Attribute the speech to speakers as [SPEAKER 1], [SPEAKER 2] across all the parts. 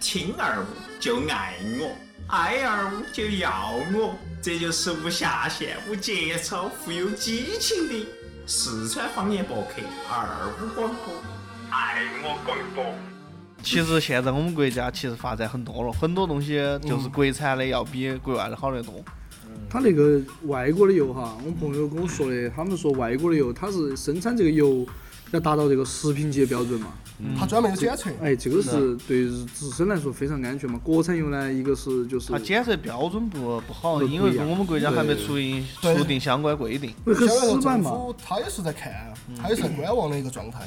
[SPEAKER 1] 听二五就爱我，爱二五就要我，这就是无下限、无节操、富有激情的四川方言博客二五广播，爱我广播。
[SPEAKER 2] 其实现在我们国家其实发展很多了，很多东西就是国产的要比国外的好得多。
[SPEAKER 3] 它那个外国的油哈，我朋友跟我说的，他们说外国的油，它是生产这个油要达到这个食品级的标准嘛。
[SPEAKER 4] 他专门有检测，
[SPEAKER 3] 哎，这个是对于自身来说非常安全嘛。国产油呢，一个是就是
[SPEAKER 2] 它检测标准不不好，
[SPEAKER 3] 不
[SPEAKER 2] 因为
[SPEAKER 3] 不一样
[SPEAKER 2] 我们国家还没出定
[SPEAKER 4] 对
[SPEAKER 2] 出定相关规定。
[SPEAKER 3] 会很
[SPEAKER 4] 相当于
[SPEAKER 3] 死板
[SPEAKER 4] 政
[SPEAKER 3] 嘛。
[SPEAKER 4] 府他也是在看，他也是在观望的一个状态。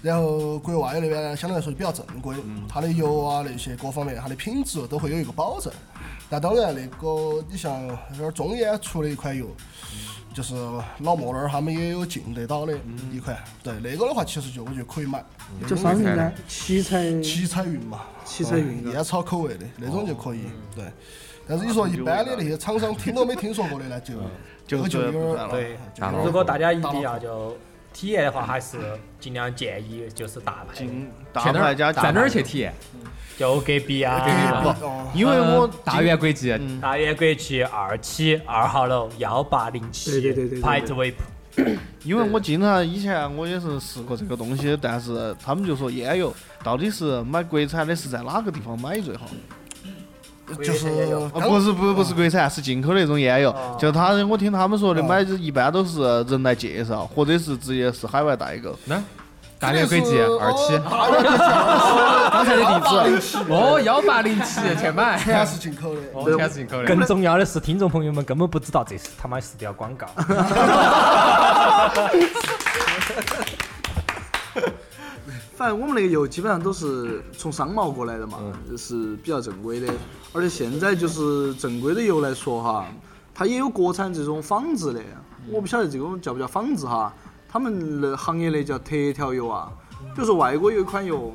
[SPEAKER 4] 然后国外那边呢，相对来说就比较正规，
[SPEAKER 2] 嗯
[SPEAKER 4] 它的油啊那些各方面，它的品质都会有一个保证。但当然，那个你像那儿中烟出了一款油，就是老莫那儿他们也有进得到的
[SPEAKER 2] 嗯
[SPEAKER 4] 一款。对，那个的话，其实就我觉得可以买，
[SPEAKER 3] 叫啥名字呢？七彩
[SPEAKER 4] 七彩云嘛，嗯
[SPEAKER 3] 七彩云啊
[SPEAKER 4] 烟草口味的那种就可
[SPEAKER 2] 哦
[SPEAKER 4] 以。对，
[SPEAKER 2] 嗯
[SPEAKER 4] 但是你
[SPEAKER 2] 啊
[SPEAKER 4] 说一般的那些厂商听都没听说过的 呢，就
[SPEAKER 2] 就
[SPEAKER 4] 这个就有
[SPEAKER 2] 不
[SPEAKER 4] 点
[SPEAKER 2] 算
[SPEAKER 4] 儿
[SPEAKER 2] 了
[SPEAKER 4] 对，就有点儿
[SPEAKER 5] 如果大家一定要就体验的话，还是尽量建议就是大牌，
[SPEAKER 2] 进
[SPEAKER 6] 去
[SPEAKER 2] 大
[SPEAKER 6] 哪
[SPEAKER 2] 牌
[SPEAKER 6] 儿？
[SPEAKER 2] 加
[SPEAKER 6] 在哪儿去？体验？
[SPEAKER 5] 就隔壁啊，
[SPEAKER 4] 隔壁哦
[SPEAKER 2] 因为我
[SPEAKER 6] 呃大圆国际
[SPEAKER 2] 嗯
[SPEAKER 5] 大悦国际二期二号楼幺八零七，
[SPEAKER 3] 对对对对对
[SPEAKER 5] 牌子为普，
[SPEAKER 2] 因为我经常以前我也是试过这个东西，但是他们就说烟油到底是买国产的是在哪个地方买最好？
[SPEAKER 4] 就是
[SPEAKER 2] 啊，不是不不是国产，是进口的那种烟油。就他我听他们说的
[SPEAKER 4] 哦
[SPEAKER 2] 买一般都是人来介绍，或者是直接是海外代购。
[SPEAKER 6] 那大圆国际二期，
[SPEAKER 4] 刚才的地址，
[SPEAKER 6] 哦，幺八零七去买，
[SPEAKER 4] 全是进口的。
[SPEAKER 6] 全是进口的。
[SPEAKER 5] 更重要的是，听众朋友们根本不知道这是他妈是条广 告。
[SPEAKER 3] 反正我们那个油基本上都是从商贸过来的嘛，
[SPEAKER 2] 嗯
[SPEAKER 3] 是比较正规的。而且现在就是正规的油来说哈，它也有国产这种仿制的，
[SPEAKER 2] 嗯
[SPEAKER 3] 我不晓得这种叫不叫仿制哈，他们那行业内叫特调油啊。比如说外国有一款油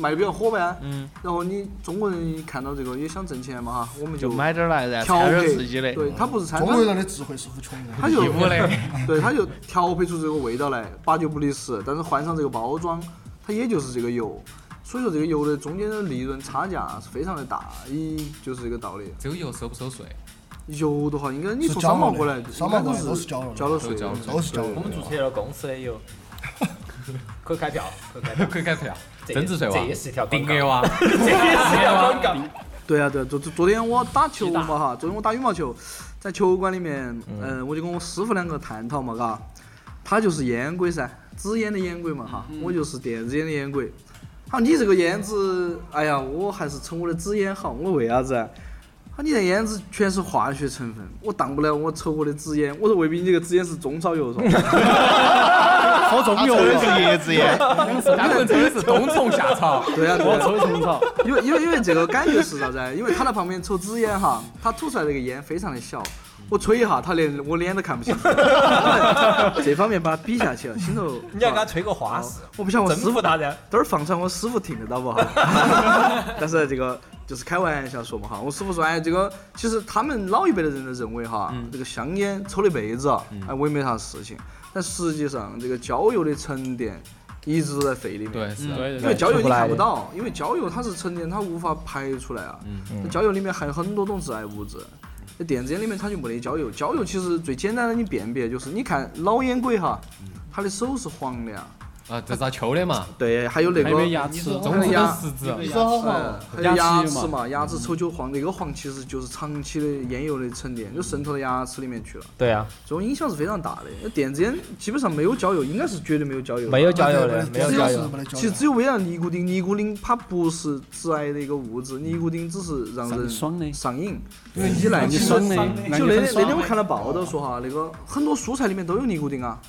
[SPEAKER 3] 卖的比较火呗，嗯，然后你中国人看到这个也想挣钱嘛哈，我们
[SPEAKER 2] 就买点儿来，然后
[SPEAKER 3] 调
[SPEAKER 2] 掺点儿
[SPEAKER 3] 配
[SPEAKER 2] 自己的。
[SPEAKER 3] 对，它不是掺
[SPEAKER 4] 中
[SPEAKER 3] 它
[SPEAKER 4] 国人的智慧是无穷的。
[SPEAKER 3] 他就
[SPEAKER 6] 义乌的
[SPEAKER 3] 对，他就调配出这个味道来，八九不离十。但是换上这个包装，它也就是这个油，所以说这个油的中间的利润差价是非常的大，一就是这个道理。
[SPEAKER 6] 这个油收不收税？
[SPEAKER 3] 油的话，应该你
[SPEAKER 4] 是
[SPEAKER 3] 做
[SPEAKER 4] 交
[SPEAKER 3] 商贸
[SPEAKER 4] 了
[SPEAKER 3] 过来，
[SPEAKER 4] 的商贸过
[SPEAKER 3] 应
[SPEAKER 4] 来
[SPEAKER 3] 该
[SPEAKER 4] 都
[SPEAKER 3] 是
[SPEAKER 4] 是交了的
[SPEAKER 3] 交了
[SPEAKER 6] 都
[SPEAKER 3] 税
[SPEAKER 6] 交
[SPEAKER 3] 的
[SPEAKER 6] 了。
[SPEAKER 4] 都是交流
[SPEAKER 5] 我们注册了公司的 油，可以开票，可以开票。
[SPEAKER 6] 可以开票，
[SPEAKER 5] 这
[SPEAKER 6] 增值税哇
[SPEAKER 5] 这也是一条，广
[SPEAKER 6] 订
[SPEAKER 5] 告
[SPEAKER 6] 阅哇，
[SPEAKER 5] 这也是一条广告。
[SPEAKER 3] 对啊，对啊，昨昨昨天我打球嘛哈，昨天我打羽毛球，在球馆里面，嗯、我就跟我师傅两个探讨嘛，嘎，他就是烟鬼噻，纸烟的烟鬼嘛哈，我就是电子烟的烟鬼。好，你这个烟子，哎呀，我还是抽我的纸烟好，我为啥子啊？好，你这烟子全是化学成分，我当不了，我抽我的纸烟，我说未必你这个纸烟是中草药，是吧？
[SPEAKER 2] 好重油的是椰子烟，
[SPEAKER 6] 他们真的是冬虫夏草。
[SPEAKER 3] 对啊，对
[SPEAKER 5] 我
[SPEAKER 3] 啊。
[SPEAKER 5] 抽中草，
[SPEAKER 3] 因为因为因为这个感觉是啥子啊？因为他在旁边抽纸烟哈，他吐出来那个烟非常的小，我吹一下，他连我脸都看不清。 这方面把他比下去了，心头。啊
[SPEAKER 5] 你要给他吹个花式，
[SPEAKER 3] 我不晓得我
[SPEAKER 5] 征
[SPEAKER 3] 师
[SPEAKER 5] 服
[SPEAKER 3] 傅
[SPEAKER 5] 大人。
[SPEAKER 3] 等会儿放出来，我师傅听得到不哈？ 但是这个就是开玩笑说嘛哈。我师傅说，哎，这个其实他们老一辈的人都认为哈，
[SPEAKER 5] 嗯
[SPEAKER 3] 这个香烟抽了一辈子，哎，我也没啥事情。但实际上，这个焦油的沉淀一直在肺里面。
[SPEAKER 6] 对，是啊的。
[SPEAKER 3] 因为焦油你看不到，因为焦油它是沉淀，它无法排出来啊。
[SPEAKER 7] 嗯
[SPEAKER 3] 那焦油里面含有很多种致癌物质，那电子烟里面它就没得焦油。焦油其实最简单的你辨别就是，你看老烟鬼哈，
[SPEAKER 7] 嗯
[SPEAKER 3] 他的手是黄的呀，
[SPEAKER 6] 啊，这遭秋的嘛，
[SPEAKER 3] 对，还有那
[SPEAKER 7] 还有没
[SPEAKER 3] 个
[SPEAKER 7] 有牙齿？
[SPEAKER 6] 中指跟食指，
[SPEAKER 2] 你说
[SPEAKER 3] 嗯
[SPEAKER 2] 好，
[SPEAKER 3] 还有牙
[SPEAKER 7] 牙
[SPEAKER 3] 齿
[SPEAKER 7] 齿嗯
[SPEAKER 3] 嘛，牙齿丑久黄，那个黄其实就是长期的烟油的沉淀，就渗透到牙齿里面去了，
[SPEAKER 5] 对啊，
[SPEAKER 3] 这种影响是非常大的。那电子烟基本上没有焦油，应该是绝对没有焦油的，
[SPEAKER 5] 没有加油的，没
[SPEAKER 4] 没有
[SPEAKER 5] 有
[SPEAKER 4] 交
[SPEAKER 5] 加
[SPEAKER 4] 流
[SPEAKER 5] 油。
[SPEAKER 4] 没得交
[SPEAKER 3] 其实
[SPEAKER 4] 流。
[SPEAKER 3] 只有微量尼古丁，尼古丁它不是致癌的一个物
[SPEAKER 5] 嗯
[SPEAKER 3] 质，尼古丁只是让人
[SPEAKER 7] 爽的
[SPEAKER 3] 上瘾，
[SPEAKER 4] 因为
[SPEAKER 3] 依赖
[SPEAKER 7] 你爽的，那
[SPEAKER 3] 就
[SPEAKER 7] 你
[SPEAKER 3] 那天
[SPEAKER 7] 很
[SPEAKER 3] 那
[SPEAKER 7] 爽
[SPEAKER 3] 天我看到报道说哈，那个很多蔬菜里面都有尼古丁啊，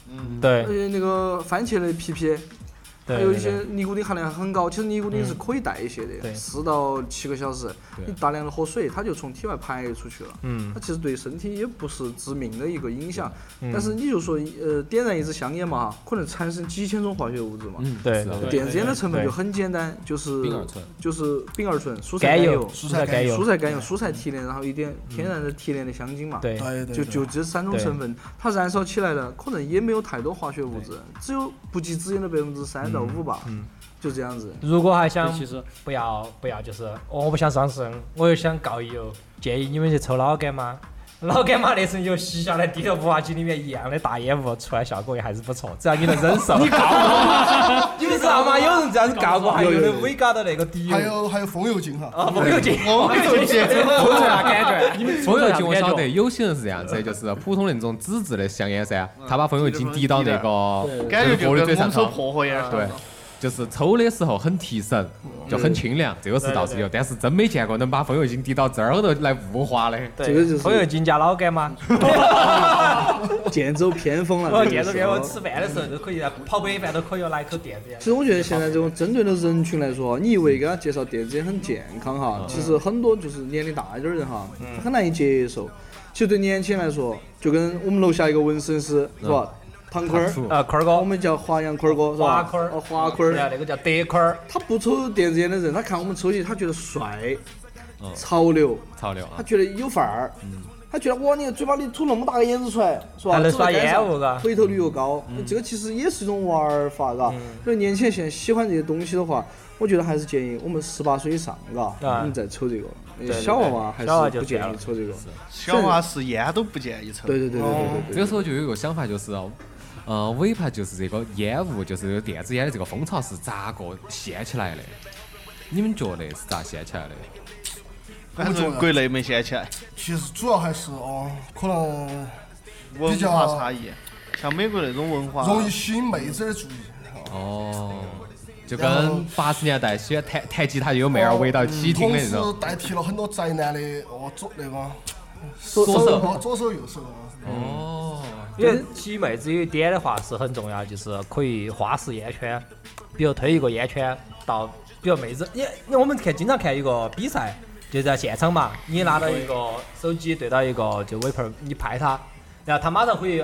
[SPEAKER 5] 对
[SPEAKER 3] 呃那个番茄的皮皮，还
[SPEAKER 5] 对
[SPEAKER 3] 有
[SPEAKER 5] 对
[SPEAKER 3] 一些
[SPEAKER 5] 对，嗯
[SPEAKER 3] 尼古丁含量很高。其实尼古丁是可以代谢的，
[SPEAKER 5] 对
[SPEAKER 3] 四到七个小时，
[SPEAKER 6] 对
[SPEAKER 3] 你大量的喝水，它就从体外排出去了。
[SPEAKER 5] 嗯
[SPEAKER 3] 它其实对身体也不是致命的一个影响，
[SPEAKER 5] 嗯
[SPEAKER 3] 但是你就说呃点燃一支香烟嘛，可能产生几千种化学物质嘛。
[SPEAKER 6] 嗯，
[SPEAKER 5] 对
[SPEAKER 6] 是的
[SPEAKER 7] 对
[SPEAKER 3] 电子烟的成分
[SPEAKER 5] 对
[SPEAKER 3] 就很简单，就是
[SPEAKER 6] 丙二醇
[SPEAKER 3] 就是丙二醇、蔬菜
[SPEAKER 5] 甘
[SPEAKER 3] 甘
[SPEAKER 5] 油、
[SPEAKER 3] 油、
[SPEAKER 5] 蔬菜甘
[SPEAKER 3] 蔬
[SPEAKER 5] 油，
[SPEAKER 3] 菜甘油、蔬菜提炼，然后一点天然的提炼的香精嘛。
[SPEAKER 5] 嗯对
[SPEAKER 4] 对对，
[SPEAKER 3] 就
[SPEAKER 4] 对
[SPEAKER 3] 就这三种
[SPEAKER 5] 对
[SPEAKER 3] 成分，它燃
[SPEAKER 5] 嗯
[SPEAKER 3] 烧起来了，可能也没有太多化学物质，只有不及纸烟的百分之三到五吧。就这样子。
[SPEAKER 5] 如果还想
[SPEAKER 7] 其实
[SPEAKER 5] 不要不要，就是哦，我不想上身，我又想告油，建议你们去抽老干妈。 老干妈那次你就吸下来，滴到雾化机里面一样的大烟雾，出来效果也还是不错，只要你能忍受。你告我，你们知道吗？有人这样子告过，还有人伪搞到那个底 油
[SPEAKER 4] 还。有还有风油精哈，
[SPEAKER 5] 啊，没有进，
[SPEAKER 2] 我
[SPEAKER 5] 没有进，抽出来感觉。
[SPEAKER 7] 你们
[SPEAKER 6] 风油精我晓得，有些人是这样子的，就是普通的那种纸质的香烟噻，他把风油精滴到那个
[SPEAKER 2] 感觉
[SPEAKER 6] 我
[SPEAKER 2] 就
[SPEAKER 6] 的
[SPEAKER 2] 跟我们
[SPEAKER 6] 嘴上
[SPEAKER 2] 抽
[SPEAKER 6] 头，
[SPEAKER 2] 破火烟儿。
[SPEAKER 6] 对，就是抽的时候很提神，就很清凉，这个是倒是有，但是真没见过能把风油精滴到这儿头来雾化的。
[SPEAKER 5] 对
[SPEAKER 3] 这个就是
[SPEAKER 5] 我有金加老干妈，
[SPEAKER 3] 剑走偏锋了。
[SPEAKER 5] 我
[SPEAKER 3] 这个
[SPEAKER 5] 见
[SPEAKER 3] 时
[SPEAKER 5] 着
[SPEAKER 3] 候
[SPEAKER 5] 别我吃饭的时候都可以啊，跑北饭都可以来口电子烟
[SPEAKER 3] 其。实我觉得现在这种针对的人群来说，啊你一味给他介绍电子烟很健康
[SPEAKER 5] 嗯
[SPEAKER 3] 哈，其实很多就是年龄大一点的人哈，他很难以接受。其实对年轻人来说，就跟我们楼下一个纹身师是吧，庞坤儿，啊
[SPEAKER 5] 呃，坤儿哥，
[SPEAKER 3] 我们叫华阳坤儿哥是吧？
[SPEAKER 5] 华坤儿
[SPEAKER 3] 哦，华坤
[SPEAKER 5] 对啊
[SPEAKER 3] 儿，
[SPEAKER 5] 那个叫德坤儿，
[SPEAKER 3] 他不抽电子烟的人，他看我们抽起，他觉得帅、
[SPEAKER 5] 嗯
[SPEAKER 3] 潮流，
[SPEAKER 6] 潮流啊
[SPEAKER 3] 他，觉得有范儿，他觉得哇，你嘴巴里吐那么大个烟子出来，是吧？
[SPEAKER 5] 还能
[SPEAKER 3] 走在
[SPEAKER 5] 耍
[SPEAKER 3] 街上
[SPEAKER 5] 烟雾嘎嗯
[SPEAKER 3] 回头率又高，这个其实也是一种玩儿法，嘎。所以年轻人现在喜欢这些东西的话，我觉得还是建议我们十八岁以上，嘎，
[SPEAKER 5] 啊
[SPEAKER 3] 我们再抽这个。
[SPEAKER 5] 对对
[SPEAKER 3] 小娃娃还
[SPEAKER 5] 小娃娃
[SPEAKER 3] 是
[SPEAKER 5] 就
[SPEAKER 3] 不建
[SPEAKER 5] 不要
[SPEAKER 3] 议
[SPEAKER 5] 了
[SPEAKER 3] 抽这个。
[SPEAKER 2] 小娃是烟都不建议抽。
[SPEAKER 3] 对对对对对对
[SPEAKER 6] 这
[SPEAKER 3] 对
[SPEAKER 6] 个时候就有一个想法，就是，呃，尾盘就是这个烟雾，就是电子烟的这个风潮是咋个掀起来的？你们觉得是咋掀起来的？
[SPEAKER 2] 反正国内没掀起来，
[SPEAKER 4] 其实主要还是哦，可能
[SPEAKER 2] 文
[SPEAKER 4] 比较
[SPEAKER 2] 化差异。像美国那种文化，
[SPEAKER 4] 容易吸引妹子的注意。哦
[SPEAKER 6] 哦，就
[SPEAKER 4] 然后
[SPEAKER 6] 跟八十年代喜欢弹弹吉他就有妹儿围到起听
[SPEAKER 4] 同
[SPEAKER 6] 的那
[SPEAKER 4] 时
[SPEAKER 6] 种。
[SPEAKER 4] 代替了很多宅男的哦左那个
[SPEAKER 3] 左
[SPEAKER 6] 左手
[SPEAKER 4] 哦左手右手的
[SPEAKER 6] 哦，
[SPEAKER 5] 因为吸妹子有一点的话是很重要，就是可以花式烟圈，比如推一个烟圈到，比如妹子，因因为我们看经常看一个比赛，就在现场嘛，你拿到一个手机对到一个就尾盘，你拍它，然后它马上可以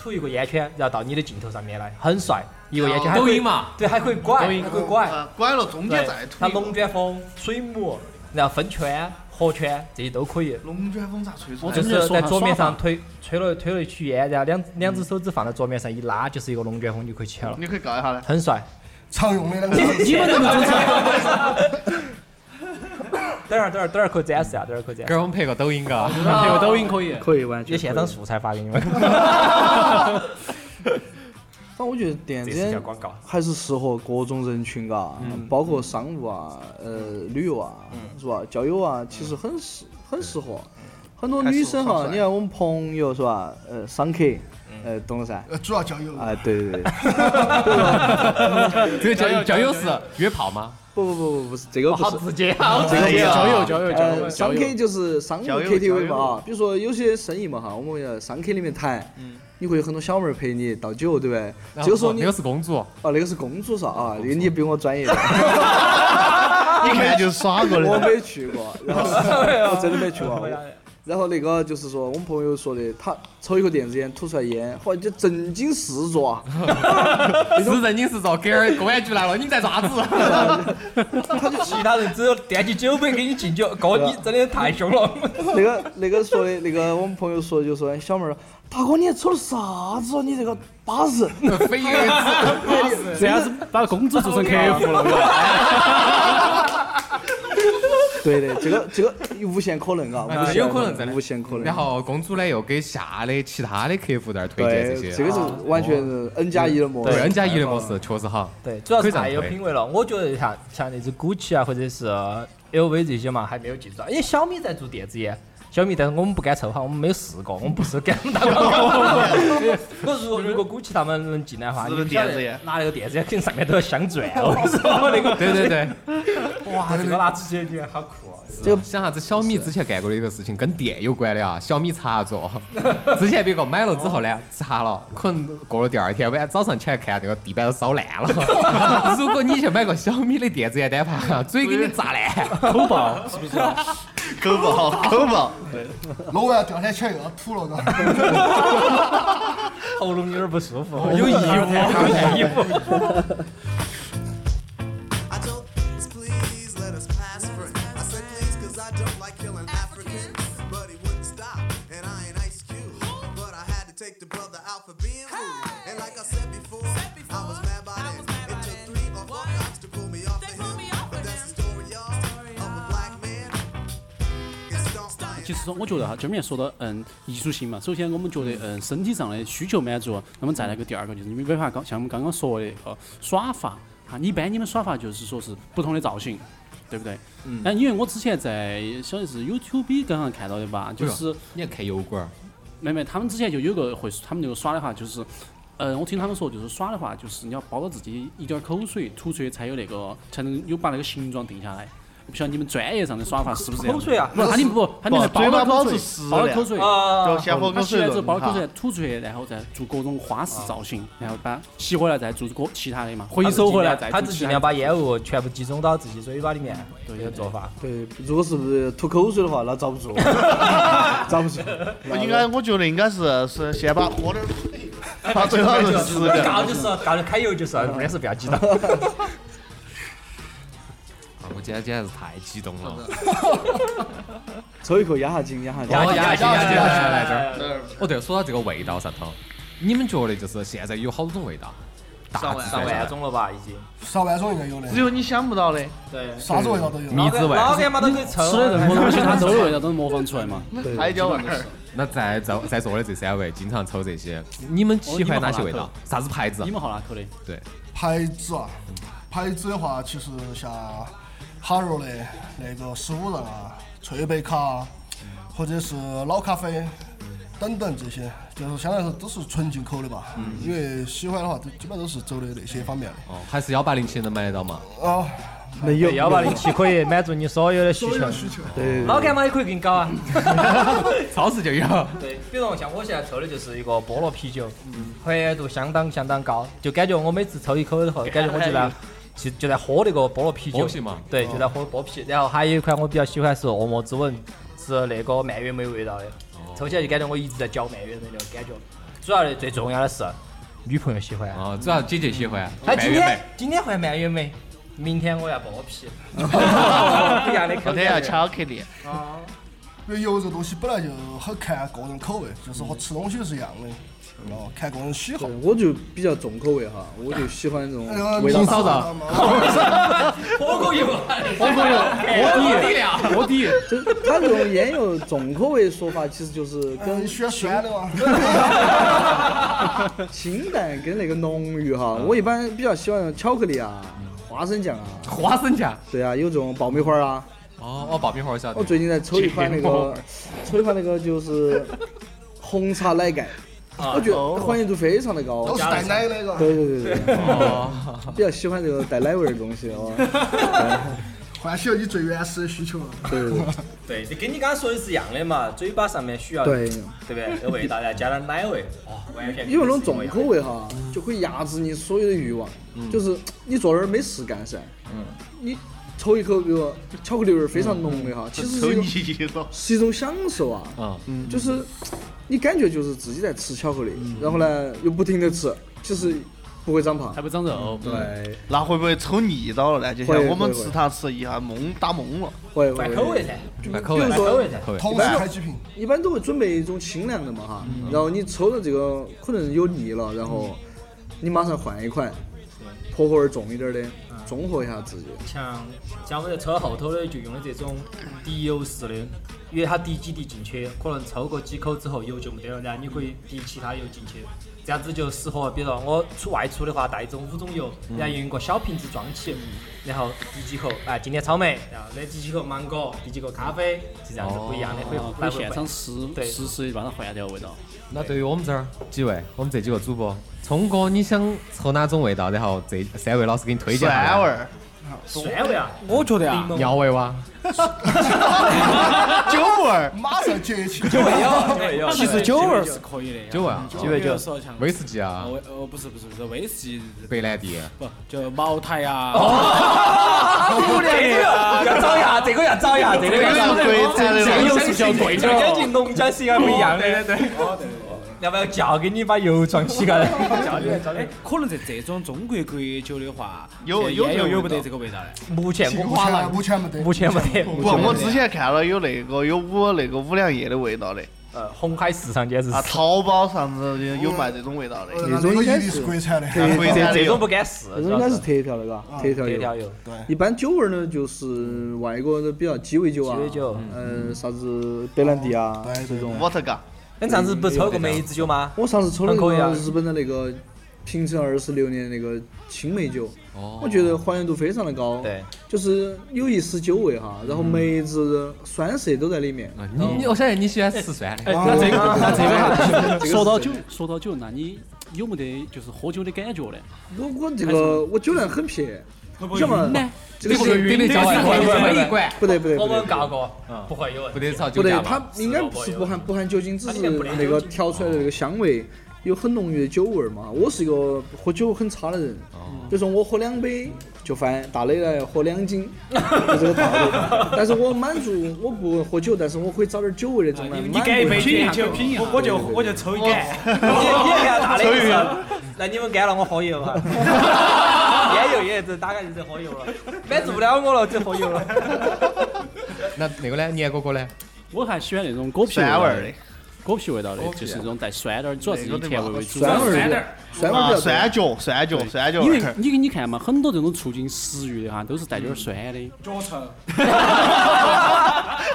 [SPEAKER 5] 吐一个烟圈，然后到你的镜头上面来，很帅，一个烟圈还
[SPEAKER 6] 抖
[SPEAKER 5] 可以
[SPEAKER 6] 音，嘛，
[SPEAKER 5] 对，还可以拐，还可以拐，
[SPEAKER 2] 呃拐了中间再
[SPEAKER 5] 对，它
[SPEAKER 2] 推。
[SPEAKER 5] 龙卷风、水母，然后分圈、合圈这些都可以。
[SPEAKER 2] 龙卷风咋吹出
[SPEAKER 7] 我
[SPEAKER 2] 来
[SPEAKER 5] 啊就
[SPEAKER 7] 真
[SPEAKER 2] 的？
[SPEAKER 7] 的
[SPEAKER 5] 是在桌面
[SPEAKER 7] 耍
[SPEAKER 5] 上推吹了推了一曲烟，然后两两只手指放在桌面上一拉，就是一个龙卷风，你就可以起来了，
[SPEAKER 2] 你可以告一下嘞。
[SPEAKER 5] 很帅。
[SPEAKER 4] 常用的两个字。
[SPEAKER 5] 嗯你们能不能 等会儿等会儿等会儿可以展示啊，等会儿可以展
[SPEAKER 6] 给
[SPEAKER 5] 示。
[SPEAKER 6] 我们拍个抖音嘎。
[SPEAKER 7] 配个抖音可以。
[SPEAKER 3] 可以完全
[SPEAKER 5] 有
[SPEAKER 3] 可以。
[SPEAKER 5] 现场素材发给你们，
[SPEAKER 3] 反正我觉得电
[SPEAKER 5] 这
[SPEAKER 3] 子
[SPEAKER 5] 是叫
[SPEAKER 3] 烟
[SPEAKER 5] 广告。
[SPEAKER 3] 还是适合各种人群嘎，包括商务啊、呃旅游啊，是吧？交友啊，其实很适很适合。很多女生
[SPEAKER 2] 还是
[SPEAKER 3] 哈
[SPEAKER 2] 很，
[SPEAKER 3] 你看我们朋友是吧？呃，商客，呃，懂了噻？
[SPEAKER 4] 呃，主要交友。
[SPEAKER 3] 啊，对对对，
[SPEAKER 6] 这个叫叫友是约炮吗？
[SPEAKER 3] 不不不不不是这个
[SPEAKER 6] 哦
[SPEAKER 3] 不是。
[SPEAKER 5] 直接啊！
[SPEAKER 3] 这个不是
[SPEAKER 7] 交友交友交友
[SPEAKER 3] 呃，
[SPEAKER 7] 交
[SPEAKER 3] 商
[SPEAKER 7] 友
[SPEAKER 3] K，就是商务
[SPEAKER 2] 交友
[SPEAKER 3] KTV
[SPEAKER 2] 交
[SPEAKER 3] 嘛
[SPEAKER 2] 友
[SPEAKER 3] 啊，比如说有些生意嘛哈，我们要商 K 里面谈，你会有很多小妹儿陪你倒酒，对不对？这个时候你
[SPEAKER 6] 那个是公主，
[SPEAKER 3] 哦，那个是公主是吧？啊，那个你比我专业点。
[SPEAKER 2] 一看就是耍过
[SPEAKER 3] 我
[SPEAKER 2] 的。
[SPEAKER 3] 没去过，然后 我真的没去过。我然后那个就是说，我们朋友说的，他抽一口电子烟，吐出来烟，嚯，就正经事做啊。
[SPEAKER 6] 是正经是做，给儿公安局来了，你在爪子。
[SPEAKER 5] 其他人只有惦记酒杯给你敬酒，哥
[SPEAKER 3] 啊
[SPEAKER 5] 你真的太凶了。
[SPEAKER 3] 那个那个说的，那个我们朋友说的就说，哎小妹儿，啊大哥你还抽的啥子哦？你这个巴适。
[SPEAKER 6] 飞蛾子，
[SPEAKER 7] 这样子把公主做成客户了。
[SPEAKER 3] 对的，这个这个无限可能啊，无限
[SPEAKER 6] 哎有可能真的
[SPEAKER 3] 无限可能。
[SPEAKER 6] 然后公主呢又给下的其他的客户在那儿推荐
[SPEAKER 3] 对，
[SPEAKER 6] 这
[SPEAKER 3] 这
[SPEAKER 6] 些啊
[SPEAKER 3] 个，是完全是 N 加一的模
[SPEAKER 6] 对
[SPEAKER 3] 式
[SPEAKER 6] N。加一的模式确实好。
[SPEAKER 5] 对，主要
[SPEAKER 6] 可
[SPEAKER 5] 是
[SPEAKER 6] 以这样
[SPEAKER 5] 太有
[SPEAKER 6] 推
[SPEAKER 5] 品味了。我觉得像像那只 GUCCI 啊，或者是 LV 这些嘛，还没有进驻到。因为小米在做电子烟，小米，但是我们不敢抽哈，我们没有试过，我们不是给他们打广告。我如果如果 GUCCI 他们能进来的话，
[SPEAKER 2] 是
[SPEAKER 5] 你
[SPEAKER 2] 不是
[SPEAKER 5] 们晓
[SPEAKER 2] 电子烟
[SPEAKER 5] 得拿那个电子烟，肯定上面都要镶钻。我跟你说那个，
[SPEAKER 6] 对对对，
[SPEAKER 5] 哇，这个拿出去觉得好酷哦。
[SPEAKER 3] 这个
[SPEAKER 6] 想啥子？小米之前干过的一个事情，跟电有关的啊，小米插座。 之前别个买了之后呢，插了，可能过了第二天晚早上起来看那个地板都烧烂了。 如果你去买个小米的电子烟单盘啊，嘴给你炸烂。
[SPEAKER 7] 口爆是不是？
[SPEAKER 2] 狗爆，狗爆。
[SPEAKER 4] 弄完第二天起来又要吐了，嘎。
[SPEAKER 5] 喉咙有点不舒服，
[SPEAKER 6] 有 异物，有异物。
[SPEAKER 8] I don't please, please let us pass for it. I said please cause I don't like killing Africans. But he wouldn't stop, and I ain't Ice Cube. But I had to take the brother out for being rude. And like I said before, I was mad by then. It took three or four obstacles
[SPEAKER 7] 就是说，我觉得哈，今面说到嗯艺术性嘛，首先我们觉得嗯身体上的需求满足，那么再来个第二个就是你没办法刚像我们刚刚说的呃耍法哈，一般你们耍法就是说是不同的造型，对不对？嗯。但因为我之前在晓得是 YouTube 刚刚看到的吧，就是
[SPEAKER 6] 你要看油管儿，啊
[SPEAKER 7] 没没他们之前就有个会，他们那个耍的话就是。嗯，我听他们说，就是耍的话，就是你要包到自己一点儿口水、吐水，才有那个，才能有把那个形状定下来。不晓得你们专业上的耍法是不是这样
[SPEAKER 5] 口
[SPEAKER 7] 子？
[SPEAKER 5] 水啊，
[SPEAKER 7] 不，他你不，他你
[SPEAKER 2] 嘴
[SPEAKER 7] 是包
[SPEAKER 2] 巴
[SPEAKER 7] 了
[SPEAKER 2] 包
[SPEAKER 7] 口
[SPEAKER 2] 是
[SPEAKER 7] 水，
[SPEAKER 2] 湿
[SPEAKER 7] 包了
[SPEAKER 2] 的
[SPEAKER 7] 口水，
[SPEAKER 2] 就
[SPEAKER 5] 啊，
[SPEAKER 2] 先喝
[SPEAKER 7] 他
[SPEAKER 2] 口
[SPEAKER 7] 吸
[SPEAKER 2] 水
[SPEAKER 7] 完之后包
[SPEAKER 2] 润
[SPEAKER 7] 了口
[SPEAKER 2] 哈啊
[SPEAKER 7] 水，，吐出来，然后再做各种花式造型，然后把吸回来再做各其他的嘛，回收回来再
[SPEAKER 5] 他
[SPEAKER 7] 做
[SPEAKER 5] 只
[SPEAKER 7] 其
[SPEAKER 5] 尽
[SPEAKER 7] 他
[SPEAKER 5] 量
[SPEAKER 7] 的。
[SPEAKER 5] 把烟雾全部集中到自己嘴巴里面，这个做法。
[SPEAKER 3] 对，如果是吐口水的话，那遭不住， 遭不住。
[SPEAKER 2] 我应该我觉得应该是是先把喝点儿水，把嘴巴润湿的。
[SPEAKER 5] 搞就是搞就开油就是，没事不要激动。
[SPEAKER 6] 啊我今天简直是太激动了。
[SPEAKER 3] 抽一口压下惊，压下
[SPEAKER 5] 压
[SPEAKER 3] 惊。
[SPEAKER 5] 下
[SPEAKER 6] 哦压
[SPEAKER 5] 压
[SPEAKER 6] 下
[SPEAKER 5] 下
[SPEAKER 6] 压
[SPEAKER 5] 压
[SPEAKER 6] 下
[SPEAKER 5] 下
[SPEAKER 6] 来这儿。哦，对，说到这个味道上头，你们觉得就是现在有好多种味道？大致
[SPEAKER 5] 上
[SPEAKER 6] 来
[SPEAKER 5] 万
[SPEAKER 6] 讲
[SPEAKER 5] 种了吧，已经。
[SPEAKER 4] 上万种应该有的，
[SPEAKER 2] 只有你想不到的，
[SPEAKER 5] 对，
[SPEAKER 4] 啥子味道都有。
[SPEAKER 6] 米之味。
[SPEAKER 5] 老干嘛都可以抽。
[SPEAKER 7] 吃的任何 东西，它都有味道都能模仿出来嘛。嗯
[SPEAKER 2] 海椒味儿。
[SPEAKER 6] 那在在在座的这三位经常抽这些，你们喜欢哪些味道
[SPEAKER 7] 哦？
[SPEAKER 6] 啥子牌子
[SPEAKER 7] 你？们好哪口的？
[SPEAKER 6] 对，
[SPEAKER 4] 牌子啊，牌子的话，其实像哈若的那个十五人啊、翠贝卡啊，或者是老咖啡等等这些，就是相当于说都是纯进口的吧。因为喜欢的话，都基本都是走的那些方面的。
[SPEAKER 6] 哦，还是幺八零七能买得到吗？
[SPEAKER 4] 哦，
[SPEAKER 3] 没有
[SPEAKER 5] 对，幺八零七可以满足你所有的需求。
[SPEAKER 4] 求
[SPEAKER 3] 对，
[SPEAKER 5] 老干妈也可以给你搞啊。
[SPEAKER 6] 超市就有。
[SPEAKER 5] 对，比如像我现在抽的就是一个菠萝啤酒，还度相当相当高，就感觉我每次抽一口以后，感觉我就在就就在喝那个菠萝啤酒
[SPEAKER 6] 剥皮嘛
[SPEAKER 5] 对，就在喝剥皮。然后还有一款我比较喜欢是恶魔之吻，是那个蔓越莓味道的，抽起来就感觉我一直在嚼蔓越莓那种感觉。主要的最重要的是女朋友喜欢。
[SPEAKER 6] 哦，主要姐姐喜欢。
[SPEAKER 5] 哎，
[SPEAKER 6] 蔓
[SPEAKER 5] 今
[SPEAKER 6] 越莓
[SPEAKER 5] 天今天换蔓越莓，明天我要哎剥 皮，不一样的口
[SPEAKER 2] 后
[SPEAKER 5] 感
[SPEAKER 2] 天要巧克力，
[SPEAKER 4] 因为油这东西本来就很看个人口味，就是和吃东西是一样的，然后看个人喜好。
[SPEAKER 3] 我就比较重口味哈，我就喜欢这种
[SPEAKER 4] 呃
[SPEAKER 3] 味道
[SPEAKER 4] 你
[SPEAKER 3] 大。
[SPEAKER 4] 知 道吗
[SPEAKER 5] 火锅油，
[SPEAKER 7] 我朋友，我底，我底，
[SPEAKER 3] 就他这种烟油重口味说法，其实就是跟
[SPEAKER 4] 嗯，喜欢酸的嘛。
[SPEAKER 3] 清淡跟那个浓郁哈。我一般比较喜欢巧克力啊、花生酱啊，
[SPEAKER 6] 花生酱。
[SPEAKER 3] 对啊，有这种爆米花啊。
[SPEAKER 6] 哦，哦，爆米花我晓得。
[SPEAKER 3] 我最近在抽一款那个， 抽一款那个就是红茶奶盖，我觉得还原度非常的
[SPEAKER 4] 都
[SPEAKER 3] 高
[SPEAKER 4] 是。带奶那个，
[SPEAKER 3] 对对对对，
[SPEAKER 6] 哦，
[SPEAKER 3] 比较喜欢这个带奶味儿的东西哦。
[SPEAKER 4] 唤起了你最原始的需求了。
[SPEAKER 3] 对对
[SPEAKER 5] 对，就跟你刚刚说的是一样的嘛，嘴巴上面需要
[SPEAKER 3] 对，对
[SPEAKER 5] 对不对？这味道再加点奶味，哦哇，完全
[SPEAKER 3] 因为那种重口味哈，就可以压制你所有的欲望。就是你坐那儿没事干噻，你抽一口，比如巧克力味儿非常浓的哈，其实
[SPEAKER 2] 抽
[SPEAKER 3] 是一种
[SPEAKER 2] 腻了。
[SPEAKER 3] 是一种享受啊。
[SPEAKER 6] 嗯，
[SPEAKER 3] 就是你感觉就是自己在吃巧克力，然后呢又不停的吃，其实不会长胖
[SPEAKER 7] 还。不长肉。
[SPEAKER 3] 对，
[SPEAKER 2] 那会不会抽腻到了呢？就像
[SPEAKER 3] 会
[SPEAKER 2] 我们
[SPEAKER 3] 会
[SPEAKER 2] 吃它吃一下懵打懵了。
[SPEAKER 3] 会
[SPEAKER 5] 换
[SPEAKER 3] 会
[SPEAKER 5] 口味
[SPEAKER 3] 会。
[SPEAKER 5] 噻，
[SPEAKER 6] 买口味
[SPEAKER 3] 比
[SPEAKER 5] 换
[SPEAKER 3] 如说
[SPEAKER 5] 口味噻。
[SPEAKER 6] 口味。
[SPEAKER 4] 同时开几瓶，
[SPEAKER 3] 一般都会准备一种清凉的嘛哈，然后你抽了这个可能有腻了，然后你马上换一款薄荷味儿重一点儿的，中和一下自己。
[SPEAKER 5] 像像我们在抽后头的就用的这种滴油式的，因为它滴几滴进去，可能抽过几口之后油就没得了，然后你可以滴其他油进去，这样子就适合，比如说我出外出的话带一种五种油，然后用一个小瓶子装起，然后滴几口，哎，今天草莓，然后再滴几口芒 果，滴几口咖啡，是这样子不一样的，会
[SPEAKER 7] 可
[SPEAKER 5] 来
[SPEAKER 7] 以
[SPEAKER 5] 回
[SPEAKER 7] 现
[SPEAKER 5] 换
[SPEAKER 7] 场试
[SPEAKER 5] 对
[SPEAKER 7] 试试，把它换掉味道。
[SPEAKER 6] 那对于我们这儿几位，我们这几个主播，聪哥你想抽哪种味道？然后这三位老师给你推荐。
[SPEAKER 2] 蒜味。儿，
[SPEAKER 5] 酸味啊，
[SPEAKER 7] 我觉得
[SPEAKER 5] 柠檬
[SPEAKER 6] 尿味哇，
[SPEAKER 2] 酒味儿，
[SPEAKER 4] 马上接起。
[SPEAKER 5] 没有，
[SPEAKER 7] 其实酒味儿是可以的，
[SPEAKER 6] 酒味啊，
[SPEAKER 7] 味比如说像
[SPEAKER 6] 威士忌啊
[SPEAKER 7] 啊，，威呃不是不是不是威士忌，
[SPEAKER 6] 白兰地。
[SPEAKER 7] 不就茅台呀，
[SPEAKER 5] 要找一下，这个要找一下，这个要找一下。
[SPEAKER 2] 贵菜的味
[SPEAKER 7] 酱
[SPEAKER 2] 儿
[SPEAKER 7] 油是比较贵的
[SPEAKER 5] 感
[SPEAKER 7] 哦。
[SPEAKER 5] 觉农家是应该不一样的。对对对。要不要叫给你把油装起来？叫你来装
[SPEAKER 9] 哎，可能在这种中国国酒的话，
[SPEAKER 2] 有
[SPEAKER 9] 有
[SPEAKER 2] 有这个
[SPEAKER 9] 有
[SPEAKER 2] 味
[SPEAKER 9] 有不得
[SPEAKER 2] 道
[SPEAKER 9] 这个味道的。
[SPEAKER 5] 目前我
[SPEAKER 4] 目前目前没得，
[SPEAKER 5] 目前没得。
[SPEAKER 2] 不，我之前看了有那个有五那个五粮液的味道的，
[SPEAKER 5] 呃红海市场简直是
[SPEAKER 2] 啊，淘宝上子有有卖这种味道的，
[SPEAKER 4] 那
[SPEAKER 3] 种
[SPEAKER 4] 个
[SPEAKER 3] 应
[SPEAKER 4] 一
[SPEAKER 3] 该
[SPEAKER 4] 定
[SPEAKER 3] 是
[SPEAKER 4] 是国产的，
[SPEAKER 3] 对
[SPEAKER 2] 回家
[SPEAKER 5] 这
[SPEAKER 2] 里
[SPEAKER 5] 这种
[SPEAKER 2] 有
[SPEAKER 5] 不敢试，
[SPEAKER 3] 那种应该是特调的，嘎，特调
[SPEAKER 5] 特
[SPEAKER 3] 有。
[SPEAKER 5] 调油、
[SPEAKER 3] 一般酒味儿呢，就是外国的比较鸡尾酒啊，
[SPEAKER 5] 鸡尾酒
[SPEAKER 3] 嗯，啥子白兰地啊
[SPEAKER 4] 对对
[SPEAKER 3] 这种。
[SPEAKER 2] 我特嘎，
[SPEAKER 5] 你上次不是抽过梅子酒吗？
[SPEAKER 3] 我上次抽了一
[SPEAKER 5] 很可以啊
[SPEAKER 3] 个日本的那个平成二十六年那个青梅酒，
[SPEAKER 6] 哦
[SPEAKER 3] 我觉得还原度非常的高，
[SPEAKER 5] 对，
[SPEAKER 3] 就是有一丝酒味哈，然后梅子、酸涩都在里面。
[SPEAKER 6] 啊你你，我晓得你喜欢吃酸的，
[SPEAKER 7] 那这个那这
[SPEAKER 3] 这个
[SPEAKER 7] 个
[SPEAKER 3] 是
[SPEAKER 7] 说到酒
[SPEAKER 3] 真的，
[SPEAKER 7] 说到酒，那你有没得就是喝酒的感觉呢？
[SPEAKER 3] 我我这个我酒量很撇，你晓得嘛？这个
[SPEAKER 6] 对不对？
[SPEAKER 3] 是
[SPEAKER 6] 对不对？交警会不会管？
[SPEAKER 3] 不对不对
[SPEAKER 5] 我
[SPEAKER 3] 不对
[SPEAKER 5] 们。告过，不会有问
[SPEAKER 6] 不
[SPEAKER 5] 题。
[SPEAKER 6] 得吵
[SPEAKER 3] 不
[SPEAKER 6] 酒
[SPEAKER 3] 对
[SPEAKER 6] 驾，
[SPEAKER 3] 它
[SPEAKER 6] 吧？
[SPEAKER 3] 应该不是不含不含酒精，只
[SPEAKER 5] 它
[SPEAKER 3] 是
[SPEAKER 5] 应该不含
[SPEAKER 3] 那个
[SPEAKER 5] 酒精
[SPEAKER 3] 调
[SPEAKER 9] 哦
[SPEAKER 3] 出来的那个香味有很浓郁的酒味儿嘛。我是一个喝酒很差的人，
[SPEAKER 9] 哦
[SPEAKER 3] 比如说我喝两杯就翻，大磊来喝两斤，就这个道理。但是我满足我不喝酒，但是我可以找点酒味那种来
[SPEAKER 9] 你啊
[SPEAKER 3] 满
[SPEAKER 9] 你
[SPEAKER 3] 足
[SPEAKER 9] 干一杯
[SPEAKER 3] 我
[SPEAKER 9] 酒，
[SPEAKER 3] 的
[SPEAKER 9] 就
[SPEAKER 3] 口
[SPEAKER 9] 我我就我就抽一杆，
[SPEAKER 5] 你你也看大的意思，那你们干了我喝油吧。烟油也这大概就是喝油了，满足不了我了，只喝油了。
[SPEAKER 6] 那那个呢？年哥哥呢？
[SPEAKER 7] 我还喜欢那种果皮
[SPEAKER 2] 酸味
[SPEAKER 7] 道
[SPEAKER 2] 儿
[SPEAKER 7] 的
[SPEAKER 2] 的，
[SPEAKER 7] 果皮味道的，就是那种带酸点儿，主要是以甜味为主。
[SPEAKER 3] 啊酸
[SPEAKER 9] 酸
[SPEAKER 3] 味儿
[SPEAKER 9] 点
[SPEAKER 3] 的
[SPEAKER 9] 儿。
[SPEAKER 3] 酸味儿比
[SPEAKER 2] 啊，
[SPEAKER 3] 较
[SPEAKER 2] 酸
[SPEAKER 3] 重。
[SPEAKER 2] 角、酸角、酸角
[SPEAKER 7] 因
[SPEAKER 2] 味
[SPEAKER 7] 为
[SPEAKER 2] 儿，
[SPEAKER 7] 你你看嘛，很多这种促进食欲的哈，都是带点儿酸的。
[SPEAKER 9] 脚臭，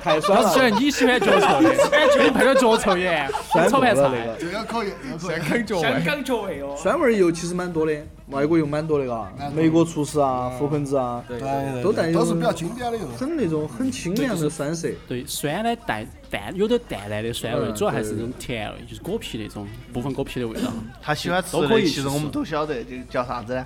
[SPEAKER 3] 太酸
[SPEAKER 7] 我喜
[SPEAKER 3] 了，
[SPEAKER 7] 欢哦你喜欢脚 臭的，给你配点脚臭盐，
[SPEAKER 3] 酸
[SPEAKER 7] 炒
[SPEAKER 3] 够
[SPEAKER 7] 盘
[SPEAKER 3] 了那
[SPEAKER 7] 菜。
[SPEAKER 3] 个。
[SPEAKER 4] 这个可以，这个可以。
[SPEAKER 6] 香港
[SPEAKER 9] 香
[SPEAKER 6] 味。
[SPEAKER 9] 港脚味哦。
[SPEAKER 3] 酸味儿油其实蛮多的，外国油蛮多的嘎，美国厨师啊、覆盆子啊，
[SPEAKER 4] 对
[SPEAKER 3] 都带一种
[SPEAKER 4] 都是比较经典的一种。
[SPEAKER 3] 很那种很清凉的酸涩。
[SPEAKER 7] 对，酸的淡淡，有点淡淡的酸味，
[SPEAKER 3] 嗯
[SPEAKER 7] 主要还是
[SPEAKER 3] 对
[SPEAKER 7] 那种甜味，就是果皮那种部分果皮的味道。
[SPEAKER 2] 他喜欢吃
[SPEAKER 7] 都可
[SPEAKER 2] 的，
[SPEAKER 7] 以
[SPEAKER 2] 其实
[SPEAKER 7] 试试
[SPEAKER 2] 我们都晓得，这个叫啥子呢？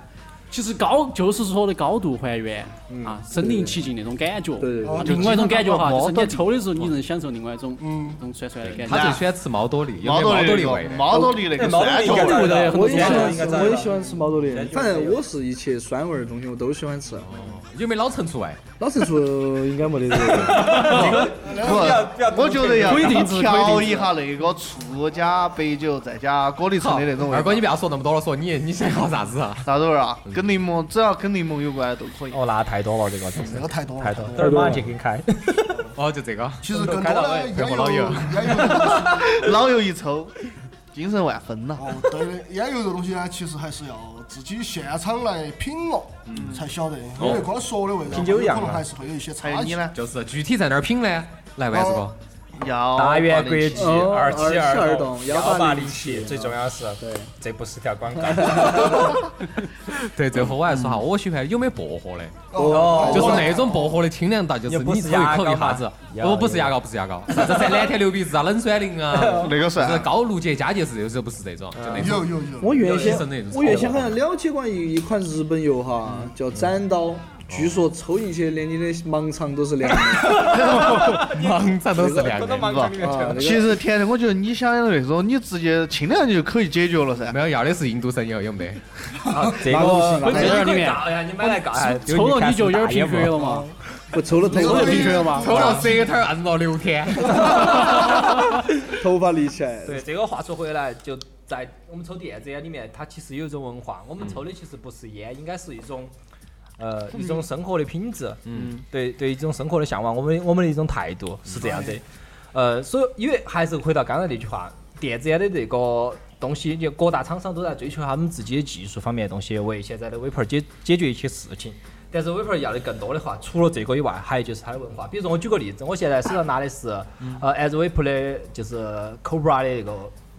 [SPEAKER 7] 其实高就是说的高度还原啊，身临其境那种感觉，
[SPEAKER 3] 对对对
[SPEAKER 7] 啊就另外一种感觉哈，
[SPEAKER 2] 哦
[SPEAKER 7] 就是你在抽的时候，你能享受另外一种那种酸酸的感
[SPEAKER 6] 他
[SPEAKER 7] 觉。
[SPEAKER 6] 最喜欢吃毛多利，有
[SPEAKER 2] 毛
[SPEAKER 6] 没有
[SPEAKER 2] 豆
[SPEAKER 6] 毛多利
[SPEAKER 2] 那
[SPEAKER 6] 味
[SPEAKER 2] 个？毛豆的那个酸角
[SPEAKER 5] 毛豆
[SPEAKER 2] 味
[SPEAKER 5] 的
[SPEAKER 2] 儿，
[SPEAKER 5] 味道
[SPEAKER 3] 我也喜
[SPEAKER 5] 酸
[SPEAKER 3] 欢
[SPEAKER 5] 应
[SPEAKER 3] 吃
[SPEAKER 5] 该，在
[SPEAKER 3] 我也喜欢吃毛豆的
[SPEAKER 5] 酸，
[SPEAKER 3] 反正我是一切酸味儿的东西我都喜欢吃。
[SPEAKER 6] 有没有老陈醋味？
[SPEAKER 3] 老陈醋 应该没得这个，
[SPEAKER 5] 不要
[SPEAKER 2] 不，我觉得要
[SPEAKER 7] 不一定是
[SPEAKER 2] 调一下那个醋加白酒再加果粒橙的那种味
[SPEAKER 6] 二
[SPEAKER 2] 道
[SPEAKER 6] 哥，。你不要说那么多了，说你你想要啥子啊？
[SPEAKER 2] 啥子味儿啊？跟柠檬，只要跟柠檬有关的都可以。
[SPEAKER 5] 哦，那太多了，这个真
[SPEAKER 4] 这
[SPEAKER 5] 是
[SPEAKER 4] 个太多了，
[SPEAKER 5] 太多。等会儿马上去给你开。
[SPEAKER 6] 哦，就这个。
[SPEAKER 4] 其实更多
[SPEAKER 5] 开到
[SPEAKER 4] 的
[SPEAKER 5] 位
[SPEAKER 4] 烟
[SPEAKER 6] 配合老
[SPEAKER 4] 油，
[SPEAKER 6] 友
[SPEAKER 4] 烟 油
[SPEAKER 2] 老油一抽，精神万分呐。
[SPEAKER 4] 哦，对的，烟油这东西呢，其实还是要自己现场来品了，才晓得，因为光说的味道，
[SPEAKER 5] 品酒一
[SPEAKER 4] 有
[SPEAKER 5] 样
[SPEAKER 4] 可能
[SPEAKER 5] 啊
[SPEAKER 4] 还是会哦有一些
[SPEAKER 2] 还
[SPEAKER 4] 差
[SPEAKER 2] 有
[SPEAKER 4] 距
[SPEAKER 2] 你。呢？
[SPEAKER 6] 就是具体在哪儿品呢？来，万志哥
[SPEAKER 4] 哦，
[SPEAKER 2] 要
[SPEAKER 5] 大原国际
[SPEAKER 2] 际
[SPEAKER 6] 哦
[SPEAKER 5] 二七
[SPEAKER 3] 二
[SPEAKER 5] 栋
[SPEAKER 3] 栋
[SPEAKER 5] 幺八零
[SPEAKER 3] 180
[SPEAKER 5] 七，最重要是，对，这不是条广告。
[SPEAKER 6] 对，最后我还说哈，我喜欢有没有薄荷的，
[SPEAKER 5] 哦
[SPEAKER 6] 就是那种薄荷的清凉到，就是
[SPEAKER 5] 也不
[SPEAKER 6] 你
[SPEAKER 5] 是
[SPEAKER 6] 抽
[SPEAKER 5] 牙
[SPEAKER 6] 一
[SPEAKER 5] 膏
[SPEAKER 6] 口
[SPEAKER 5] 嘛
[SPEAKER 6] 一下子，哦
[SPEAKER 5] 有
[SPEAKER 6] 不不是
[SPEAKER 5] 有
[SPEAKER 6] 牙膏，不是牙膏，啥子在蓝天六必治啊，冷酸灵 啊，
[SPEAKER 2] 那个
[SPEAKER 6] 就
[SPEAKER 2] 算
[SPEAKER 6] 是高露洁、佳洁是有时候不是这种，就那种
[SPEAKER 4] 有有有，
[SPEAKER 3] 我原先
[SPEAKER 6] 有一层那种
[SPEAKER 3] 我原先好像了解过一一款日本油哈，叫斩刀，据说抽进去连你的盲肠都是啊凉的
[SPEAKER 6] 盲肠都是 凉
[SPEAKER 5] 我都
[SPEAKER 6] 的。
[SPEAKER 5] 忙着里面去
[SPEAKER 3] 啊
[SPEAKER 5] 了。。
[SPEAKER 2] 其实甜的，我觉得你想的那种，你直接清凉就可以解决了噻。
[SPEAKER 6] 没有，要的是印度神油，有没得？
[SPEAKER 5] 这
[SPEAKER 3] 那个不行
[SPEAKER 5] 个
[SPEAKER 3] 那个
[SPEAKER 5] 这个
[SPEAKER 7] 不
[SPEAKER 5] 可以
[SPEAKER 7] 行
[SPEAKER 5] 搞一下，你买来搞一下。
[SPEAKER 7] 抽了你就有点儿疲
[SPEAKER 5] 肥
[SPEAKER 7] 惫了。嘛，
[SPEAKER 3] 我抽了头
[SPEAKER 7] 抽
[SPEAKER 3] 发
[SPEAKER 7] 了疲惫了嘛。
[SPEAKER 6] 抽了舌头按了六天，
[SPEAKER 3] 头发立起来，
[SPEAKER 5] 对，这个话说回来，就在我们抽电子烟里面，它其实有一种文化，我们抽的其实不是烟，应该是一种。呃，一种生活的品质，嗯，对对，一种生活的向往，我们我们的一种态度是这样子的，呃，所以因为还是回到刚才那句话，电子烟的这个东西，就各大厂商都在追求他们自己的技术方面的东西，为现在的 Vapor 解解决一些事情。但是 Vapor 要的更多的话，除了这个以外，还有就是它的文化。比如说我举个例子，我现在手上拿的是、呃 As Vapor 的，就是 Cobra 的那个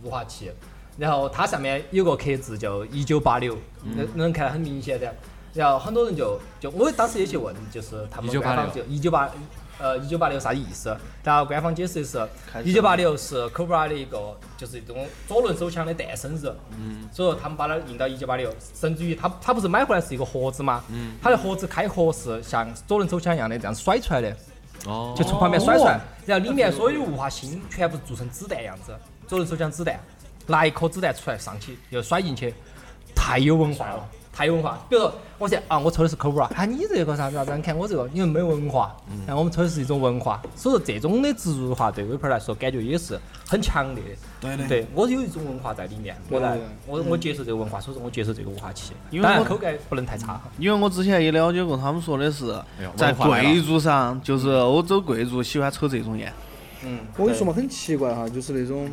[SPEAKER 5] 雾化器，然后它上面有个刻字叫一九八六，能能看得很明显的。然后很多人就就我当时也去问，就是他们
[SPEAKER 6] 1986
[SPEAKER 5] 官方就一九八呃一九八六啥意思？然后官方解释的是一九八六是 Cobra 的一个就是一种左轮手枪的诞生日，嗯，所以说他们把它印到一九八六，甚至于它它不是买回来是一个盒子嘛，嗯，它的盒子开合是像左轮手枪一样的这样甩出来的，
[SPEAKER 6] 哦
[SPEAKER 5] 就从旁边甩出来，然后里面所有雾化芯全部做成子弹样子，左轮手枪子弹，拿一颗子弹出来上去又甩进去，太有文化了，太有文化。比如说，我说啊，我抽的是 Cobra，啊，你这个啥子啥子？你看我这个，因为没文化，然后我们抽的是一种文化，所以说这种的植入的话，对 v a p 来说感觉也是很强烈的。
[SPEAKER 4] 对的
[SPEAKER 5] 对我有一种文化在里面，我来
[SPEAKER 3] 对对对，
[SPEAKER 5] 我我接受这个文化，所以说我接受这个雾化器，
[SPEAKER 2] 因为
[SPEAKER 5] 当然
[SPEAKER 2] 我
[SPEAKER 5] 口感不能太差。
[SPEAKER 2] 因为我之前也了解过，他们说的是
[SPEAKER 6] 哎呦
[SPEAKER 2] 在
[SPEAKER 6] 文化来了
[SPEAKER 2] 贵族上，就是欧洲贵族喜欢抽这种烟，
[SPEAKER 3] 嗯，我跟你说嘛，很奇怪哈，就是那种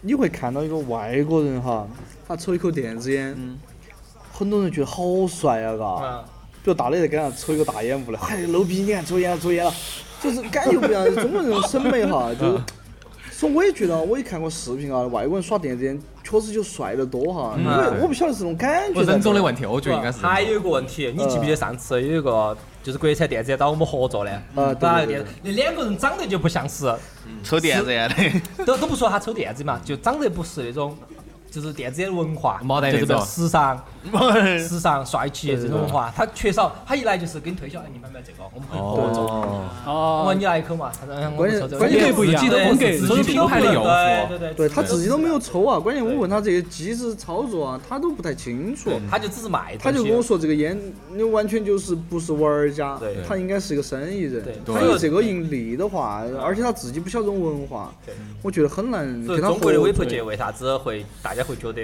[SPEAKER 3] 你会看到一个外国人哈，他抽一口电子烟，很多人觉得好帅啊，嘎。
[SPEAKER 5] 嗯，
[SPEAKER 3] 比如大磊在街上抽一个大烟雾了，嗨，low 逼，你看抽烟了，抽烟了，就是感觉不一样。中国人的审美哈，就是，所以我也觉得，我也看过视频啊，外国人耍电子烟确实就帅得多哈。因为我不晓得是这种感觉。
[SPEAKER 6] 我人种的问题，我觉得应该是
[SPEAKER 5] 还有一个问题，你记不记得上次有一个就是国产电子烟找我们合作的？
[SPEAKER 3] 呃对
[SPEAKER 5] 那
[SPEAKER 3] 对
[SPEAKER 5] 电那两个人长得就不像是，
[SPEAKER 6] 嗯
[SPEAKER 2] 抽电子烟的，
[SPEAKER 5] 都都不说他抽电子嘛，就长得不是那种就是电子烟文化，
[SPEAKER 6] 没得
[SPEAKER 5] 就
[SPEAKER 6] 那
[SPEAKER 5] 是比较
[SPEAKER 6] 种
[SPEAKER 5] 时尚、时尚、帅气这种文化，他缺少。他一来就是给你推销，哎，你买不买这个？我们可以合作。
[SPEAKER 6] 哦，
[SPEAKER 5] 我
[SPEAKER 7] 哦
[SPEAKER 5] 问，你来一口嘛，他说哎我
[SPEAKER 3] 关
[SPEAKER 5] 们
[SPEAKER 3] 键
[SPEAKER 5] 抽这个
[SPEAKER 3] 关键
[SPEAKER 7] 风格不一样
[SPEAKER 5] 自己都
[SPEAKER 7] 风格
[SPEAKER 5] 自
[SPEAKER 7] 所
[SPEAKER 5] 己
[SPEAKER 7] 以
[SPEAKER 5] 品
[SPEAKER 7] 品
[SPEAKER 5] 牌
[SPEAKER 7] 牌
[SPEAKER 5] 的
[SPEAKER 7] 的
[SPEAKER 5] 用
[SPEAKER 7] 用
[SPEAKER 5] 户
[SPEAKER 7] 户，
[SPEAKER 5] 对对
[SPEAKER 3] 对他自己都没有抽啊，关键我问他这个机制操作啊，他都不太清楚。
[SPEAKER 5] 他就只是卖东西，
[SPEAKER 3] 他就跟我说这个烟，你完全就是不是玩家
[SPEAKER 5] 对，
[SPEAKER 3] 他应该是一个生意人
[SPEAKER 5] 对。
[SPEAKER 3] 他有这个盈利的话，而且他自己不晓得这种文化
[SPEAKER 5] 对，
[SPEAKER 3] 我觉得很难嗯
[SPEAKER 5] 所
[SPEAKER 3] 跟
[SPEAKER 5] 以
[SPEAKER 3] 他
[SPEAKER 5] 中国的
[SPEAKER 3] 合
[SPEAKER 5] 微
[SPEAKER 3] 作
[SPEAKER 5] 博界为啥子会大家会觉得，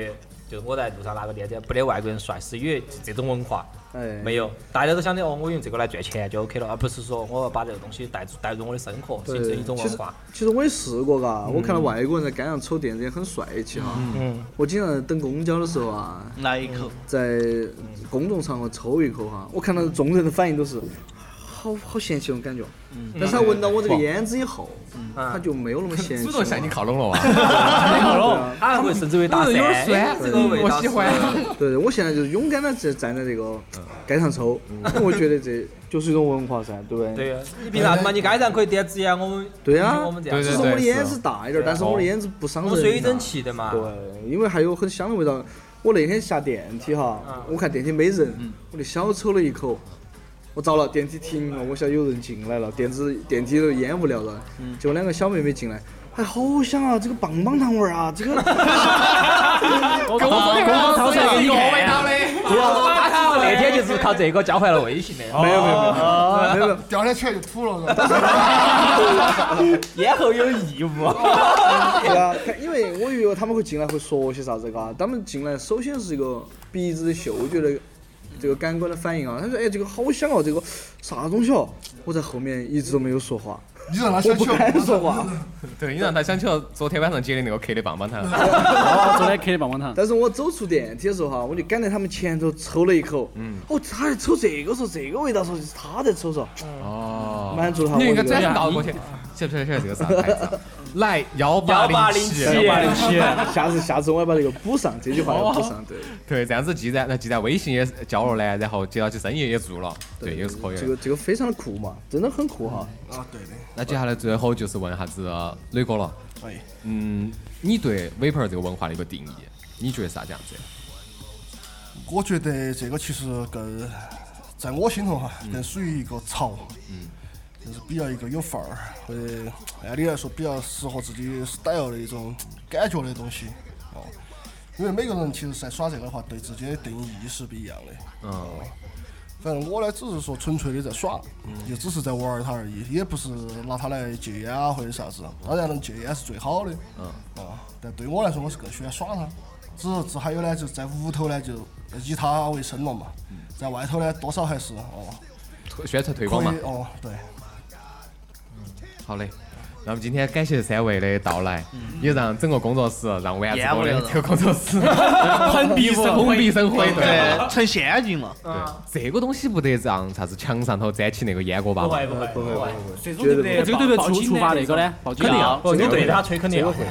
[SPEAKER 5] 就是我在路上拿个链子，不得外国人帅，是因为这种文化
[SPEAKER 3] 哎，
[SPEAKER 5] 没有，大家都想着哦，我用这个来赚钱就 OK 了，而不是说我要把这个东西带入带入我的生活，形成一种
[SPEAKER 3] 其实
[SPEAKER 5] 文 化。
[SPEAKER 3] 其实我也试过嘎，我看到外国人在街上抽电子烟很帅气哈。
[SPEAKER 5] 嗯，
[SPEAKER 3] 我经常等公交的时候啊，
[SPEAKER 2] 来一
[SPEAKER 6] 嗯
[SPEAKER 2] 口，
[SPEAKER 3] 在公众场合抽一口哈，我看到众人的反应都是好好嫌弃那种感觉。
[SPEAKER 5] 嗯
[SPEAKER 3] 但是他闻到我这个烟子以后，他就没有那么嫌弃
[SPEAKER 6] 主
[SPEAKER 3] 了。
[SPEAKER 6] 动向你靠拢了 哇，
[SPEAKER 5] 他还会甚至会搭
[SPEAKER 6] 有
[SPEAKER 5] 讪，
[SPEAKER 6] 点酸，
[SPEAKER 5] 这个味
[SPEAKER 6] 啊我
[SPEAKER 5] 道
[SPEAKER 6] 喜
[SPEAKER 5] 是
[SPEAKER 6] 欢。
[SPEAKER 3] 对对，我现在就是勇敢的在站在这个街上抽，因为我觉得这就是一种文化噻，对不对？
[SPEAKER 5] 嗯对呀，你凭啥子嘛？你街上可以点纸烟，我们
[SPEAKER 3] 对啊
[SPEAKER 5] 我们这样
[SPEAKER 6] 对
[SPEAKER 3] 只
[SPEAKER 5] 子，
[SPEAKER 3] 是
[SPEAKER 6] 对
[SPEAKER 3] 我的烟
[SPEAKER 6] 是
[SPEAKER 3] 子大一点儿，但是我的烟子不伤
[SPEAKER 5] 我
[SPEAKER 3] 人。
[SPEAKER 5] 们水蒸。气的嘛。
[SPEAKER 3] 对，因为还有很香的味道。我那天下电梯哈，我看电梯没人，我就小抽了一口。我遭了，电梯停了，我晓得有人进来了，电子电梯的烟雾缭绕，结果两个小妹妹进来，哎，好香啊，这个棒棒糖味儿啊，这个
[SPEAKER 7] 我刚刚掏出来给你看呀。
[SPEAKER 5] 对啊， 他那天就是靠这个交换了微信的。
[SPEAKER 3] 没有没有 没有没有没有，
[SPEAKER 4] 第二天起来就吐了，
[SPEAKER 5] 咽喉有异物。
[SPEAKER 3] 对啊，看因为我以为他们会进来会说些啥子嘎，他们进来首先是一个鼻子的嗅觉的这个感官的反应啊。他说：“哎，这个好香哦，这个啥东西哦？”我在后面一直都没有说话，
[SPEAKER 4] 你让他
[SPEAKER 3] 我
[SPEAKER 4] 先
[SPEAKER 3] 不
[SPEAKER 4] 去。
[SPEAKER 3] 敢说话。
[SPEAKER 6] 对你让他想起了昨天晚上接的那个客的棒棒糖，
[SPEAKER 7] 哦，昨天开的棒棒糖。
[SPEAKER 3] 但是我走出电梯的时候哈，我就赶在他们前头抽了一口。嗯。哦，他在抽这个时候，这个味道时候就是他在抽时候，
[SPEAKER 6] 哦，
[SPEAKER 3] 满足了他。
[SPEAKER 6] 你
[SPEAKER 3] 我
[SPEAKER 6] 应该
[SPEAKER 3] 这
[SPEAKER 6] 转
[SPEAKER 3] 个
[SPEAKER 6] 身倒过去，晓不晓得这个啥牌子啊？来幺八
[SPEAKER 5] 180
[SPEAKER 6] 七，
[SPEAKER 5] 八零
[SPEAKER 3] 七，哎下次下次我要把这个补上，这句话要补上。对，
[SPEAKER 6] 对，这样子既然那既然微信也交了呢，然后接到起生意也做了，对，也是
[SPEAKER 7] 哦
[SPEAKER 6] 可以
[SPEAKER 3] 这
[SPEAKER 6] 的。
[SPEAKER 3] 个这个非常的酷嘛，真的很酷哈。
[SPEAKER 4] 啊，对的，
[SPEAKER 6] 那接下来最后就是问下子磊哥了，
[SPEAKER 4] 哎，
[SPEAKER 6] 嗯，你对 vapor 这个文化的一个定义，你觉得是啥子样子？
[SPEAKER 4] 我觉得这个其实更在我心头哈，更属于一个潮，嗯，就是比较一个有范儿，或者按理来说比较适合自己 style 的一种感觉的东西哦。因为每个人其实，在耍这个的话，对自己的定义是不一样的。
[SPEAKER 6] 嗯，
[SPEAKER 4] 反正我呢，只是说纯粹的在耍，也只是在玩儿它而已，也不是拿它来戒烟啊或者啥子。当然，能戒烟是最好的，嗯啊，但对我来说，我是更喜欢耍它。只是这还有呢，就是在屋头呢，就以它为生了嘛，在外头呢，多少还是哦，
[SPEAKER 6] 推宣传推
[SPEAKER 4] 可
[SPEAKER 6] 广嘛
[SPEAKER 4] 以。哦，对，
[SPEAKER 6] 好嘞，那么今天感谢三位的到来，也让整个工作室，让丸子
[SPEAKER 2] 厌
[SPEAKER 6] 哥
[SPEAKER 2] 恶了
[SPEAKER 6] 的这个工作 室蓬荜生蓬荜生辉。对，嗯
[SPEAKER 2] 对，成仙境了。
[SPEAKER 6] 对，这个东西不得让啥子墙上头粘起那个烟锅 巴
[SPEAKER 9] 不
[SPEAKER 6] 嘛
[SPEAKER 9] 会。不会不会，
[SPEAKER 7] 这种对不 对？这个对不对？触触发那个呢？报警啊！
[SPEAKER 5] 哦，你对他吹肯定要会，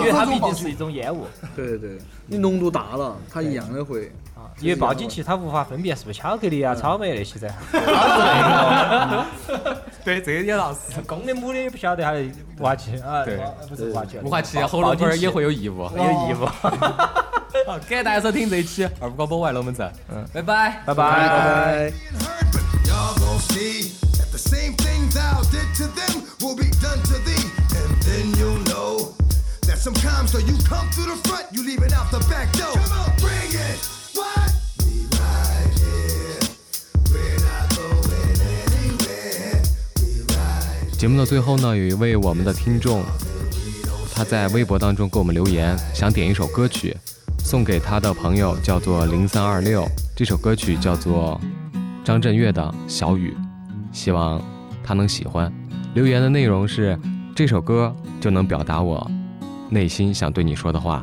[SPEAKER 5] 因为它毕竟是一种烟雾
[SPEAKER 6] 啊
[SPEAKER 3] 对对
[SPEAKER 7] 嗯
[SPEAKER 3] 对，你浓度大了，它一样的会。
[SPEAKER 5] 啊。因为报警器它无法分辨是不是巧克力啊、
[SPEAKER 6] 嗯
[SPEAKER 5] 草莓那些 噻。
[SPEAKER 6] 对，这个也闹事。
[SPEAKER 5] 公的母的也不晓得它的娃气啊，
[SPEAKER 6] 对
[SPEAKER 5] 啊不是娃气，
[SPEAKER 6] 雾化器喉咙管儿也会有异物。
[SPEAKER 5] 有义务。
[SPEAKER 6] 好，感谢大家收听这一期二五广播外龙门阵，嗯，拜拜。
[SPEAKER 5] 拜拜。
[SPEAKER 8] hurt, but y'all gon' see that the same thing thou did to them will be done to thee. And then you'll know that sometimes though you come through the front, you leave it out the back door. Come on, bring it! What? We right here. We're not going anywhere. We right
[SPEAKER 6] 节目的最后呢，有一位我们的听众，他在微博当中给我们留言，想点一首歌曲，送给他的朋友，叫做零三二六。这首歌曲叫做张震岳的《小雨》，希望他能喜欢。留言的内容是：这首歌就能表达我内心想对你说的话。